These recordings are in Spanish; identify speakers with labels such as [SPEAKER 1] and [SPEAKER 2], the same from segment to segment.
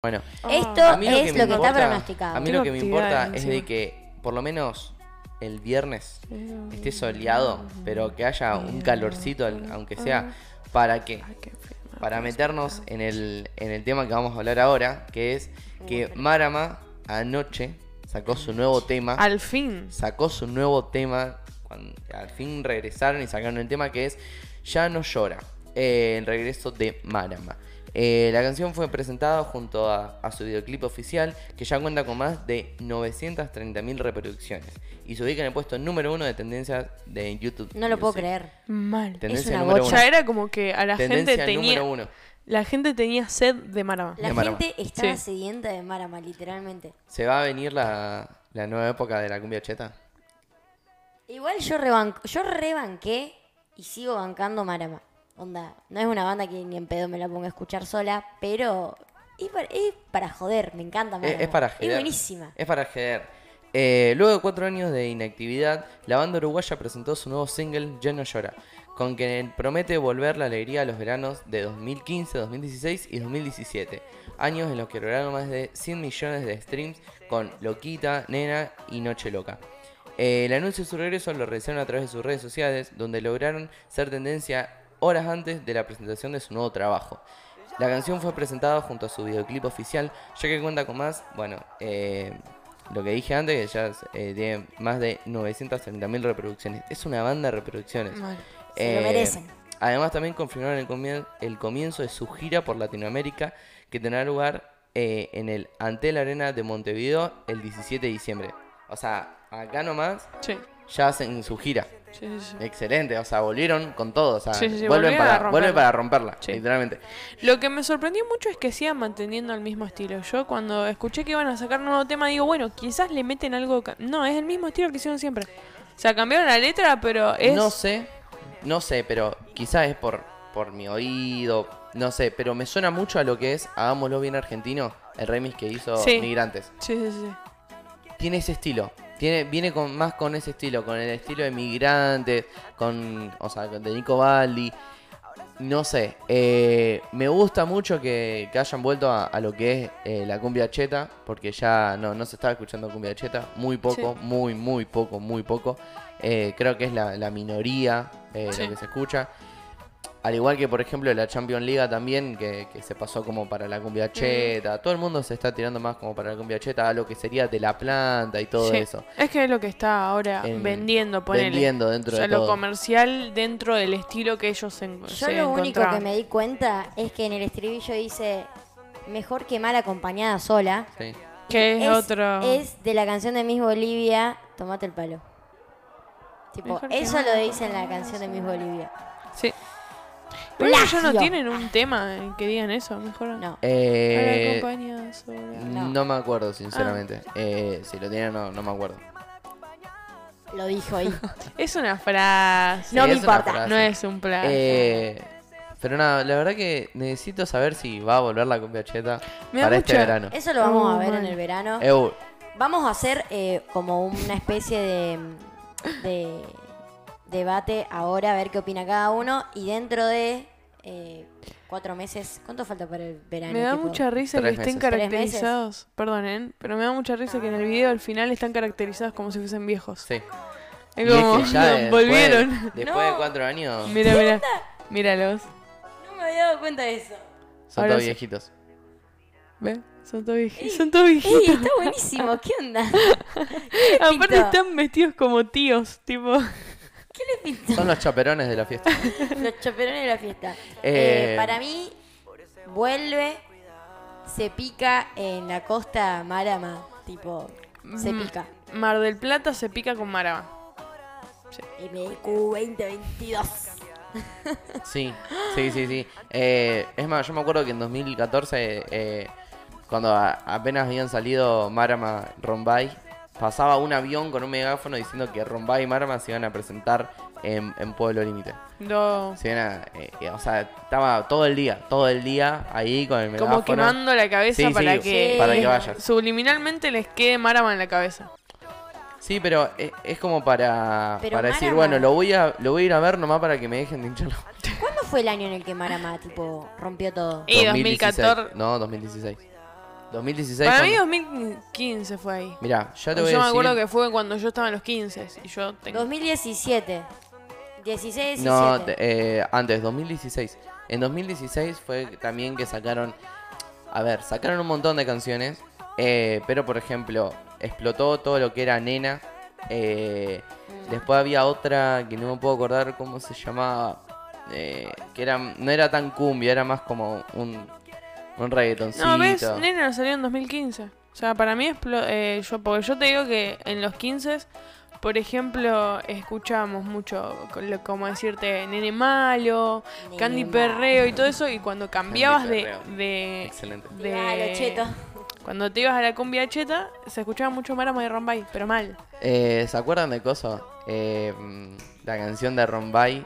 [SPEAKER 1] Bueno,
[SPEAKER 2] Esto
[SPEAKER 1] Ah. A mí lo que
[SPEAKER 2] es
[SPEAKER 1] me
[SPEAKER 2] lo que
[SPEAKER 1] importa-
[SPEAKER 2] está pronosticado.
[SPEAKER 1] A mí
[SPEAKER 3] Tengo
[SPEAKER 1] lo que me
[SPEAKER 3] actividades
[SPEAKER 1] importa es de
[SPEAKER 3] encima.
[SPEAKER 1] que por lo menos el viernes esté soleado, pero que haya un calorcito, al- aunque sea, para que para meternos en el, en el tema que vamos a hablar ahora, que es que Marama anoche sacó su nuevo tema,
[SPEAKER 3] Al fin.
[SPEAKER 1] sacó su nuevo tema, cuando al fin regresaron y sacaron el tema que es Ya no llora, eh, el regreso de Marama. Eh, la canción fue presentada junto a, a su videoclip oficial, que ya cuenta con más de 930.000 reproducciones. Y se ubica en el puesto número uno de tendencias de YouTube.
[SPEAKER 2] No lo puedo
[SPEAKER 1] Music.
[SPEAKER 2] creer.
[SPEAKER 3] Mal.
[SPEAKER 2] Ten-
[SPEAKER 1] Tendencia
[SPEAKER 2] una
[SPEAKER 1] número
[SPEAKER 3] O
[SPEAKER 2] bocha.
[SPEAKER 1] uno.
[SPEAKER 3] sea, era como que a la
[SPEAKER 1] Tendencia
[SPEAKER 3] gente tenía.
[SPEAKER 1] número uno.
[SPEAKER 3] La gente tenía sed de Marama.
[SPEAKER 2] La
[SPEAKER 1] De Marama.
[SPEAKER 2] gente está
[SPEAKER 3] Sí.
[SPEAKER 2] sedienta de Marama, literalmente.
[SPEAKER 1] ¿Se va a venir la, la nueva época de la cumbia cheta?
[SPEAKER 2] Igual yo rebanco, yo rebanqué y sigo bancando Marama. Onda, no es una banda que ni en pedo me la ponga a escuchar sola, pero es para, es para joder, me encanta
[SPEAKER 1] Es,
[SPEAKER 2] Marama.
[SPEAKER 1] es para
[SPEAKER 2] Es
[SPEAKER 1] jeder.
[SPEAKER 2] buenísima.
[SPEAKER 1] Es para jeder. Eh, luego de cuatro años de inactividad, la banda uruguaya presentó su nuevo single Ya no llora, con que promete volver la alegría a los veranos de 2015, 2016 y 2017, años en los que lograron más de 100 millones de streams con Loquita, Nena y Noche Loca. Eh, el anuncio de su regreso lo realizaron a través de sus redes sociales, donde lograron ser tendencia horas antes de la presentación de su nuevo trabajo. La canción fue presentada junto a su videoclip oficial, ya que cuenta con más, bueno, eh, lo que dije antes, que ya eh, tiene más de 930.000 reproducciones. Es una banda de reproducciones.
[SPEAKER 3] Mal.
[SPEAKER 1] Eh,
[SPEAKER 2] Se lo merecen.
[SPEAKER 1] Además, también confirmaron el, comien- el comienzo de su gira por Latinoamérica, que tendrá lugar eh, en el Antel Arena de Montevideo el 17 de diciembre. O sea, acá nomás
[SPEAKER 3] Sí.
[SPEAKER 1] ya hacen su gira.
[SPEAKER 3] Sí, sí, sí.
[SPEAKER 1] Excelente, o sea, volvieron con todo. O sea,
[SPEAKER 3] Sí, sí, sí,
[SPEAKER 1] vuelven,
[SPEAKER 3] volvieron a
[SPEAKER 1] para, vuelven
[SPEAKER 3] romperla.
[SPEAKER 1] para romperla,
[SPEAKER 3] Sí.
[SPEAKER 1] literalmente.
[SPEAKER 3] Lo que me sorprendió mucho es que sigan manteniendo el mismo estilo. Yo cuando escuché que iban a sacar un nuevo tema, digo, bueno, quizás le meten algo... ca- No, es el mismo estilo que hicieron siempre. O sea, cambiaron la letra, pero es...
[SPEAKER 1] No sé, no sé, pero quizás es por, por mi oído, no sé, pero me suena mucho a lo que es Hagámoslo Bien Argentino, el remix que hizo
[SPEAKER 3] Sí.
[SPEAKER 1] Migrantes.
[SPEAKER 3] Sí, sí, sí.
[SPEAKER 1] Tiene ese estilo, tiene, viene con, más con ese estilo, con el estilo de Migrantes, con, o sea, con- de Nico Baldi. No sé, eh, me gusta mucho que, que hayan vuelto a, a lo que es eh, la cumbia cheta, porque ya no, no se estaba escuchando cumbia cheta, muy poco,
[SPEAKER 3] Sí.
[SPEAKER 1] muy, muy poco, muy poco. Eh, creo que es la, la minoría eh,
[SPEAKER 3] Sí.
[SPEAKER 1] lo que se escucha. Al igual que, por ejemplo, la Champions League también, que, que se pasó como para la cumbia cheta. Todo el mundo se está tirando más como para la cumbia cheta, a lo que sería de la planta y todo
[SPEAKER 3] Sí.
[SPEAKER 1] eso.
[SPEAKER 3] Es que es lo que está ahora
[SPEAKER 1] En-
[SPEAKER 3] vendiendo, ponele.
[SPEAKER 1] vendiendo dentro
[SPEAKER 3] O sea,
[SPEAKER 1] de
[SPEAKER 3] lo
[SPEAKER 1] todo.
[SPEAKER 3] comercial dentro del estilo que ellos se, en-
[SPEAKER 2] Yo
[SPEAKER 3] se
[SPEAKER 2] lo único
[SPEAKER 3] encontraban.
[SPEAKER 2] que me di cuenta es que en el estribillo dice mejor que mal acompañada sola.
[SPEAKER 1] Sí.
[SPEAKER 3] Que es, otro...
[SPEAKER 2] es de la canción de Miss Bolivia, Tomate el palo. Tipo,
[SPEAKER 3] Mejor que
[SPEAKER 2] eso lo dice en la canción de Miss Bolivia.
[SPEAKER 3] Sí. Pero ellos no
[SPEAKER 2] Plagio.
[SPEAKER 3] tienen un tema en que digan eso, mejor...
[SPEAKER 2] No.
[SPEAKER 3] Ahora
[SPEAKER 1] Eh,
[SPEAKER 3] acompaña sola.
[SPEAKER 1] no.
[SPEAKER 2] No.
[SPEAKER 1] me acuerdo, sinceramente.
[SPEAKER 3] Ah.
[SPEAKER 1] Eh, si lo tienen, no, no me acuerdo.
[SPEAKER 2] Lo dijo ahí.
[SPEAKER 3] Es una frase.
[SPEAKER 2] No
[SPEAKER 1] Sí,
[SPEAKER 2] me
[SPEAKER 1] es una
[SPEAKER 2] importa.
[SPEAKER 1] frase.
[SPEAKER 3] No es un plan.
[SPEAKER 1] Eh, pero nada, la verdad que necesito saber si va a volver la cumbia cheta
[SPEAKER 3] Me da
[SPEAKER 1] para este
[SPEAKER 3] mucha-
[SPEAKER 1] verano.
[SPEAKER 2] Eso lo vamos
[SPEAKER 3] Oh,
[SPEAKER 2] a ver
[SPEAKER 3] man.
[SPEAKER 2] en el verano.
[SPEAKER 1] Eu,
[SPEAKER 2] Vamos a hacer eh, como una especie de, de debate ahora, a ver qué opina cada uno. Y dentro de eh, cuatro meses, ¿cuánto falta para el verano?
[SPEAKER 3] Me da
[SPEAKER 2] Tipo,
[SPEAKER 3] mucha risa que
[SPEAKER 1] tres
[SPEAKER 3] estén
[SPEAKER 1] meses.
[SPEAKER 2] ¿Tres meses?
[SPEAKER 3] caracterizados. Perdonen, pero me da mucha risa que en el video al final están caracterizados como si fuesen viejos.
[SPEAKER 1] sí.
[SPEAKER 3] Es
[SPEAKER 1] Y es que
[SPEAKER 3] como,
[SPEAKER 1] ya
[SPEAKER 3] no,
[SPEAKER 1] después- Oh.
[SPEAKER 3] volvieron.
[SPEAKER 1] Después de
[SPEAKER 2] No.
[SPEAKER 1] cuatro años,
[SPEAKER 3] Mira, mira. Míralos.
[SPEAKER 2] No me había dado cuenta de eso.
[SPEAKER 1] son
[SPEAKER 3] Ahora
[SPEAKER 1] todos
[SPEAKER 3] sí.
[SPEAKER 1] viejitos.
[SPEAKER 3] ¿Ven? Son todos viejitos. Son todos viejitos.
[SPEAKER 2] Ey, está buenísimo. ¿Qué onda?
[SPEAKER 3] Aparte
[SPEAKER 2] distinto.
[SPEAKER 3] están vestidos como tíos, tipo.
[SPEAKER 1] Son los chaperones de la fiesta.
[SPEAKER 2] Los choperones de la fiesta. Eh,
[SPEAKER 1] Eh,
[SPEAKER 2] para mí, vuelve, se pica en la costa Marama. Tipo, se
[SPEAKER 3] Mm.
[SPEAKER 2] pica.
[SPEAKER 3] Mar del Plata se pica con Maraba.
[SPEAKER 2] MQ 2022.
[SPEAKER 1] Sí, sí, sí, sí. Eh, es más, yo me acuerdo que en 2014, eh, cuando a- apenas habían salido Marama Rombay, pasaba un avión con un megáfono diciendo que Rombay y Marama se iban a presentar en, en Pueblo Límite.
[SPEAKER 3] No.
[SPEAKER 1] Se iban a- eh, eh, o sea, estaba todo el día, todo el día ahí con el megáfono.
[SPEAKER 3] Como quemando la cabeza
[SPEAKER 1] Sí,
[SPEAKER 3] para
[SPEAKER 1] sí,
[SPEAKER 3] que
[SPEAKER 1] para que
[SPEAKER 2] Sí.
[SPEAKER 1] vayas.
[SPEAKER 3] subliminalmente les quede Maraba en la cabeza.
[SPEAKER 1] Sí, pero es, es como para,
[SPEAKER 2] Pero
[SPEAKER 1] para decir,
[SPEAKER 2] Marama-
[SPEAKER 1] bueno, lo voy a lo voy a ir a ver nomás para que me dejen de hinchar. los-
[SPEAKER 2] ¿Cuándo fue el año en el que Marama, tipo, rompió todo?
[SPEAKER 3] Y
[SPEAKER 1] 2016.
[SPEAKER 3] 2014.
[SPEAKER 1] No, 2016. 2016.
[SPEAKER 3] Para
[SPEAKER 1] son-
[SPEAKER 3] mí 2015 fue ahí.
[SPEAKER 1] Mirá, ya te
[SPEAKER 3] Yo
[SPEAKER 1] voy
[SPEAKER 3] me
[SPEAKER 1] a decir.
[SPEAKER 3] acuerdo que fue cuando yo estaba en los 15 y yo tengo...
[SPEAKER 2] 2017. 16, 17.
[SPEAKER 1] No, te- eh, antes, 2016. En 2016 fue también que sacaron. A ver, sacaron un montón de canciones. eh, pero por ejemplo, explotó todo lo que era Nena. eh, después había otra que no me puedo acordar cómo se llamaba. eh, que era, no era tan cumbia, era más como un, un reggaetoncito.
[SPEAKER 3] No, ves, Nena salió en 2015. O sea, para mí es... yo, porque yo te digo que en los 15, por ejemplo, escuchábamos mucho, co- lo- como decirte, Nene Malo,
[SPEAKER 2] Nene
[SPEAKER 3] Candy
[SPEAKER 2] Malo.
[SPEAKER 3] Perreo y todo eso, y cuando cambiabas de...
[SPEAKER 1] Perreo.
[SPEAKER 3] de
[SPEAKER 1] Excelente.
[SPEAKER 3] de-
[SPEAKER 2] Ah, lo cheto.
[SPEAKER 3] Cuando te ibas a la cumbia cheta, se escuchaba mucho Marama y Rombay, pero mal.
[SPEAKER 1] Eh, ¿Se acuerdan de Coso? Eh, mm, la canción de Rombay,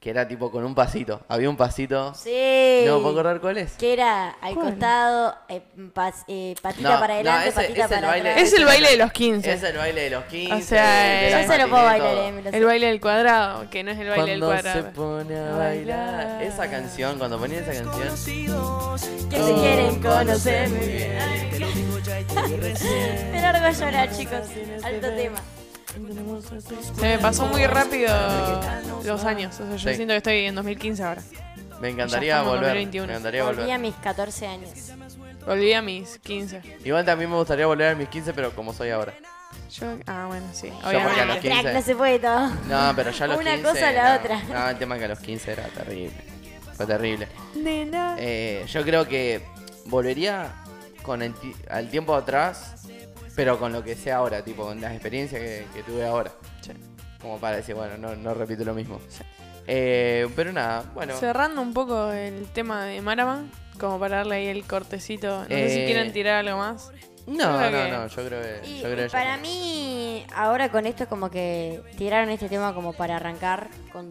[SPEAKER 1] que era tipo con un pasito. Había un pasito.
[SPEAKER 2] Sí.
[SPEAKER 1] No, ¿puedo acordar cuál es?
[SPEAKER 2] Que era al
[SPEAKER 3] ¿Cuál?
[SPEAKER 2] costado, eh, pas- eh, patita
[SPEAKER 1] No,
[SPEAKER 2] para
[SPEAKER 1] no,
[SPEAKER 2] adelante,
[SPEAKER 1] ese-
[SPEAKER 2] patita
[SPEAKER 1] ese
[SPEAKER 2] para
[SPEAKER 1] el baile-
[SPEAKER 2] atrás.
[SPEAKER 3] Es el baile de los 15.
[SPEAKER 1] Es el baile de los 15.
[SPEAKER 3] O sea,
[SPEAKER 1] de la
[SPEAKER 2] Yo se lo puedo
[SPEAKER 1] matiné, todo.
[SPEAKER 2] bailar, eh, me lo sé.
[SPEAKER 3] El baile del cuadrado, que no es el baile del
[SPEAKER 1] Cuando se
[SPEAKER 3] cuadrado.
[SPEAKER 1] pone a bailar. Esa canción, cuando ponía esa canción.
[SPEAKER 2] Que
[SPEAKER 1] Oh,
[SPEAKER 2] se quieren conocer
[SPEAKER 1] muy bien.
[SPEAKER 2] Me largo a llorar, chicos. Alto tema.
[SPEAKER 3] Se me pasó muy rápido los
[SPEAKER 2] Ah.
[SPEAKER 3] años. O sea, yo
[SPEAKER 1] Sí.
[SPEAKER 3] siento que estoy en 2015 ahora.
[SPEAKER 1] Me
[SPEAKER 3] Ya
[SPEAKER 1] encantaría
[SPEAKER 3] estamos en
[SPEAKER 1] volver.
[SPEAKER 3] 2021.
[SPEAKER 1] Me encantaría
[SPEAKER 2] Volví a
[SPEAKER 1] volver.
[SPEAKER 2] mis 14 años.
[SPEAKER 3] Volví a mis 15.
[SPEAKER 1] Igual también me gustaría volver a mis 15, pero como soy ahora.
[SPEAKER 3] Yo, ah, bueno, sí.
[SPEAKER 1] volví a los
[SPEAKER 2] Ah,
[SPEAKER 1] 15.
[SPEAKER 2] crack, no se puede todo.
[SPEAKER 1] No, pero ya a los
[SPEAKER 2] Una
[SPEAKER 1] 15.
[SPEAKER 2] cosa a la
[SPEAKER 1] no.
[SPEAKER 2] otra.
[SPEAKER 1] No, el tema es que a los 15 era terrible. Fue terrible.
[SPEAKER 3] Nena.
[SPEAKER 1] Eh, yo creo que volvería con el ti- al tiempo atrás, pero con lo que sé ahora, tipo con las experiencias que, que tuve ahora.
[SPEAKER 3] Sí.
[SPEAKER 1] Como para decir, bueno, no, no repito lo mismo. Eh, pero nada, bueno.
[SPEAKER 3] Cerrando un poco el tema de Maraman, como para darle ahí el cortecito. No sé si
[SPEAKER 1] Eh,
[SPEAKER 3] quieren tirar algo más.
[SPEAKER 1] No,
[SPEAKER 3] creo
[SPEAKER 1] no,
[SPEAKER 3] que-
[SPEAKER 1] no, yo creo que...
[SPEAKER 2] Y
[SPEAKER 1] yo creo que ya
[SPEAKER 2] para
[SPEAKER 1] fue.
[SPEAKER 2] mí, ahora con esto es como que tiraron este tema como para arrancar con,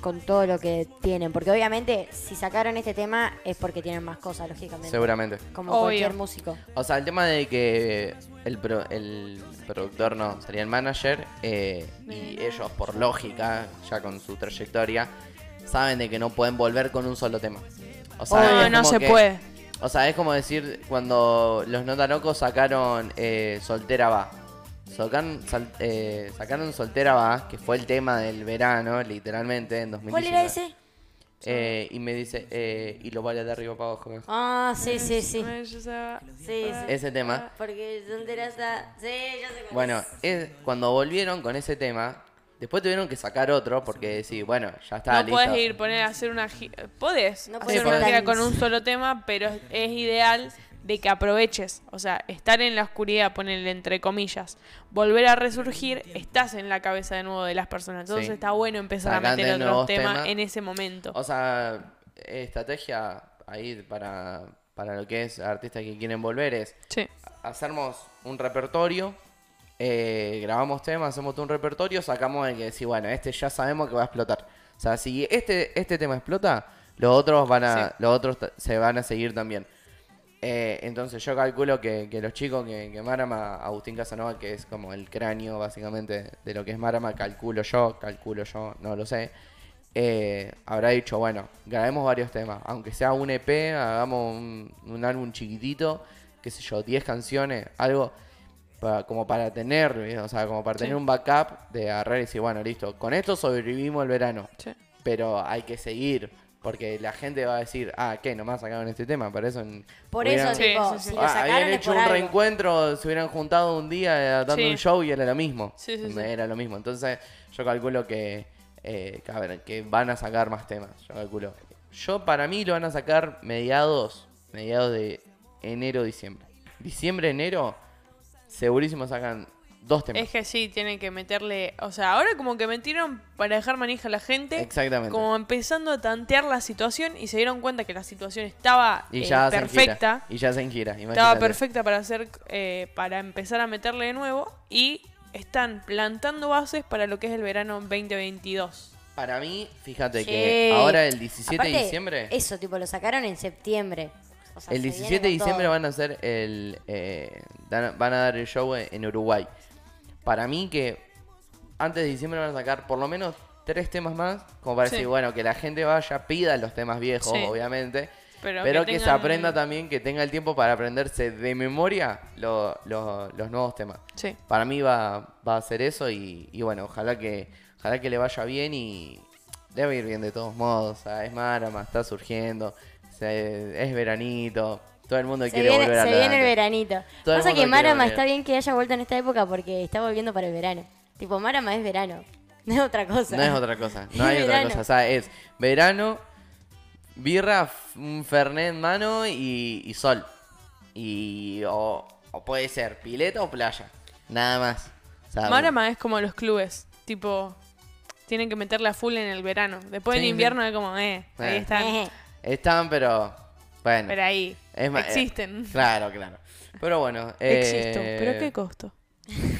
[SPEAKER 2] con todo lo que tienen. Porque obviamente, si sacaron este tema es porque tienen más cosas, lógicamente.
[SPEAKER 1] Seguramente.
[SPEAKER 2] Como
[SPEAKER 3] Obvio.
[SPEAKER 2] cualquier músico.
[SPEAKER 1] O sea, el tema de que el, pro- el productor no, sería el manager, eh, y ellos por lógica, ya con su trayectoria, saben de que no pueden volver con un solo tema. O sea,
[SPEAKER 3] No,
[SPEAKER 1] es
[SPEAKER 3] Oh, no
[SPEAKER 1] como
[SPEAKER 3] se
[SPEAKER 1] que-
[SPEAKER 3] puede.
[SPEAKER 1] O sea, es como decir cuando los Nota Locos sacaron eh, Soltera Va. Sacan- sal- eh, sacaron Soltera Va, que fue el tema del verano, literalmente, en 2019.
[SPEAKER 2] ¿Cuál era ese?
[SPEAKER 1] Eh, y me dice, eh, y lo vale de arriba para abajo.
[SPEAKER 2] Ah, sí, sí, sí.
[SPEAKER 3] Ay, yo sabía.
[SPEAKER 2] Sí,
[SPEAKER 3] Ah.
[SPEAKER 2] sí.
[SPEAKER 1] Ese tema.
[SPEAKER 2] Porque soltera está. Sí, yo sé cuál
[SPEAKER 1] Bueno,
[SPEAKER 2] es.
[SPEAKER 1] es- cuando volvieron con ese tema, después tuvieron que sacar otro porque sí, bueno, ya está
[SPEAKER 3] no
[SPEAKER 1] listo.
[SPEAKER 3] podés ir poner a hacer una gira. Podés
[SPEAKER 2] No
[SPEAKER 3] hacer
[SPEAKER 2] podés
[SPEAKER 3] una
[SPEAKER 1] hacer
[SPEAKER 3] gira
[SPEAKER 2] tantos.
[SPEAKER 3] con un solo tema, pero es- es ideal de que aproveches. O sea, estar en la oscuridad, ponerle entre comillas, volver a resurgir, estás en la cabeza de nuevo de las personas. Entonces
[SPEAKER 1] Sí.
[SPEAKER 3] está bueno empezar a
[SPEAKER 1] Sacate
[SPEAKER 3] meter otros
[SPEAKER 1] nuevos
[SPEAKER 3] temas
[SPEAKER 1] temas.
[SPEAKER 3] en ese momento.
[SPEAKER 1] O sea, estrategia ahí para, para lo que es artistas que quieren volver es
[SPEAKER 3] Sí.
[SPEAKER 1] hacemos un repertorio, eh, grabamos temas, hacemos todo un repertorio, sacamos el que decir, bueno, este ya sabemos que va a explotar. O sea, si este, este tema explota, los otros van a,
[SPEAKER 3] Sí.
[SPEAKER 1] los otros ta- se van a seguir también. Eh, entonces yo calculo que, que los chicos que, que Marama, Agustín Casanova, que es como el cráneo básicamente de lo que es Marama, calculo yo, calculo yo, no lo sé, eh, habrá dicho, bueno, grabemos varios temas, aunque sea un EP, hagamos un, un álbum chiquitito, qué sé yo, 10 canciones, algo pa- como para tener, ¿eh? o sea, como para tener un backup de agarrar y decir, bueno, listo, con esto sobrevivimos el verano,
[SPEAKER 3] sí.
[SPEAKER 1] pero hay que seguir. Porque la gente va a decir, ah, ¿qué? Nomás sacaron este tema, para eso... en-
[SPEAKER 2] Por
[SPEAKER 1] hubieran-
[SPEAKER 2] eso,
[SPEAKER 3] Sí,
[SPEAKER 2] tipo,
[SPEAKER 3] sí, sí.
[SPEAKER 2] si lo
[SPEAKER 1] Ah,
[SPEAKER 2] sacaron
[SPEAKER 1] habían
[SPEAKER 2] es
[SPEAKER 1] hecho
[SPEAKER 2] por
[SPEAKER 1] un
[SPEAKER 2] algo.
[SPEAKER 1] reencuentro, se hubieran juntado un día eh, dando
[SPEAKER 3] Sí.
[SPEAKER 1] un show y era lo mismo.
[SPEAKER 3] Sí, sí, sí.
[SPEAKER 1] Era lo mismo. Entonces, yo calculo que, eh, que, a ver, que van a sacar más temas. Yo calculo. Yo, para mí, lo van a sacar mediados, mediados de enero, diciembre. Diciembre, enero, segurísimo sacan dos temas.
[SPEAKER 3] Es que sí, tienen que meterle. O sea, ahora como que metieron para dejar manija a la gente.
[SPEAKER 1] Exactamente.
[SPEAKER 3] Este Como empezando a tantear la situación y se dieron cuenta que la situación estaba
[SPEAKER 1] y
[SPEAKER 3] eh,
[SPEAKER 1] ya hacen
[SPEAKER 3] perfecta.
[SPEAKER 1] gira. Y ya hacen gira.
[SPEAKER 3] Estaba
[SPEAKER 1] imagínate.
[SPEAKER 3] perfecta para hacer, eh, para empezar a meterle de nuevo y están plantando bases para lo que es el verano 2022.
[SPEAKER 1] Para mí, fíjate
[SPEAKER 2] Sí.
[SPEAKER 1] que ahora el 17 de
[SPEAKER 2] Aparte,
[SPEAKER 1] diciembre.
[SPEAKER 2] Eso, tipo, lo sacaron en septiembre. O sea,
[SPEAKER 1] el
[SPEAKER 2] se
[SPEAKER 1] 17 de
[SPEAKER 2] viene con
[SPEAKER 1] diciembre
[SPEAKER 2] todo.
[SPEAKER 1] van a hacer el eh, dan- van a dar el show en Uruguay. Para mí que antes de diciembre van a sacar por lo menos tres temas más, como para
[SPEAKER 3] Sí.
[SPEAKER 1] decir, bueno, que la gente vaya, pida los temas viejos,
[SPEAKER 3] Sí.
[SPEAKER 1] obviamente.
[SPEAKER 3] Pero,
[SPEAKER 1] Pero que, se
[SPEAKER 3] tengan-
[SPEAKER 1] aprenda también, que tenga el tiempo para aprenderse de memoria lo- lo- los nuevos temas.
[SPEAKER 3] Sí.
[SPEAKER 1] Para mí va, va a ser eso y, y bueno, ojalá que, ojalá que le vaya bien y debe ir bien de todos modos. O sea, es Marama, está surgiendo, se- es veranito, todo el mundo
[SPEAKER 2] Se
[SPEAKER 1] quiere
[SPEAKER 2] viene,
[SPEAKER 1] volver a
[SPEAKER 2] se
[SPEAKER 1] la
[SPEAKER 2] viene el
[SPEAKER 1] data.
[SPEAKER 2] veranito.
[SPEAKER 1] Todo el
[SPEAKER 2] Pasa
[SPEAKER 1] mundo
[SPEAKER 2] que
[SPEAKER 1] quiere
[SPEAKER 2] Marama
[SPEAKER 1] volver.
[SPEAKER 2] está bien que haya vuelto en esta época porque está volviendo para el verano. Tipo, Marama es verano. No es otra cosa.
[SPEAKER 1] No es otra cosa,
[SPEAKER 2] Es
[SPEAKER 1] no hay otra
[SPEAKER 2] verano.
[SPEAKER 1] cosa. O sea, es verano, birra, f- un fernet en mano y, y sol. Y o, o puede ser pileta o playa, nada más. O sea,
[SPEAKER 3] Marama es como los clubes, tipo, tienen que meterla full en el verano. Después
[SPEAKER 1] Sí,
[SPEAKER 3] en
[SPEAKER 1] sí.
[SPEAKER 3] invierno es como, eh, ahí
[SPEAKER 1] Eh.
[SPEAKER 3] están.
[SPEAKER 2] Ejé.
[SPEAKER 1] Están, pero bueno.
[SPEAKER 3] Pero ahí,
[SPEAKER 1] es ma- eh,
[SPEAKER 3] existen.
[SPEAKER 1] Claro, claro. Pero bueno. eh,
[SPEAKER 3] Existo, pero qué costo.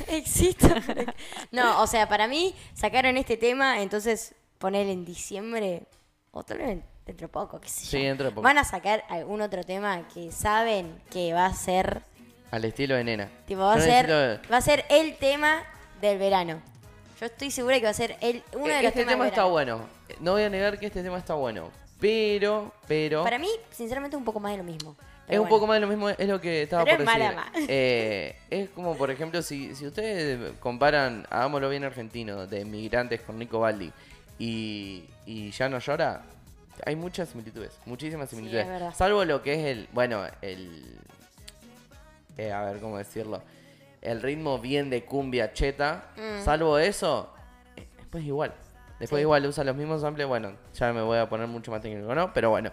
[SPEAKER 2] Existe. No, o sea, para mí sacaron este tema, entonces poner en diciembre o tal vez dentro de poco, qué sé yo.
[SPEAKER 1] Sí, dentro de poco.
[SPEAKER 2] Van a sacar algún otro tema que saben que va a ser,
[SPEAKER 1] Al estilo de nena.
[SPEAKER 2] tipo, va a
[SPEAKER 1] Yo
[SPEAKER 2] ser,
[SPEAKER 1] necesito-
[SPEAKER 2] va a ser el tema del verano. Yo estoy segura que va a ser el uno de los
[SPEAKER 1] Este
[SPEAKER 2] temas del
[SPEAKER 1] tema está
[SPEAKER 2] verano.
[SPEAKER 1] bueno. No voy a negar que este tema está bueno. Pero, pero.
[SPEAKER 2] Para mí, sinceramente, un poco más de lo mismo.
[SPEAKER 1] es
[SPEAKER 2] Pero
[SPEAKER 1] un
[SPEAKER 2] bueno.
[SPEAKER 1] poco más de lo mismo, es lo que estaba
[SPEAKER 2] Pero
[SPEAKER 1] por
[SPEAKER 2] es
[SPEAKER 1] decir.
[SPEAKER 2] Marama.
[SPEAKER 1] Eh, es como, por ejemplo, si, si ustedes comparan, hagámoslo bien argentino, de Migrantes con Nico Baldi y, y Ya no llora, hay muchas similitudes, muchísimas similitudes.
[SPEAKER 2] es verdad.
[SPEAKER 1] Salvo lo que es el, bueno, el... eh, a ver, ¿cómo decirlo? El ritmo bien de cumbia cheta, salvo eso, eh, después igual. Después
[SPEAKER 2] Mm. Sí.
[SPEAKER 1] igual usa los mismos samples, bueno, ya me voy a poner mucho más técnico, ¿no? Pero bueno.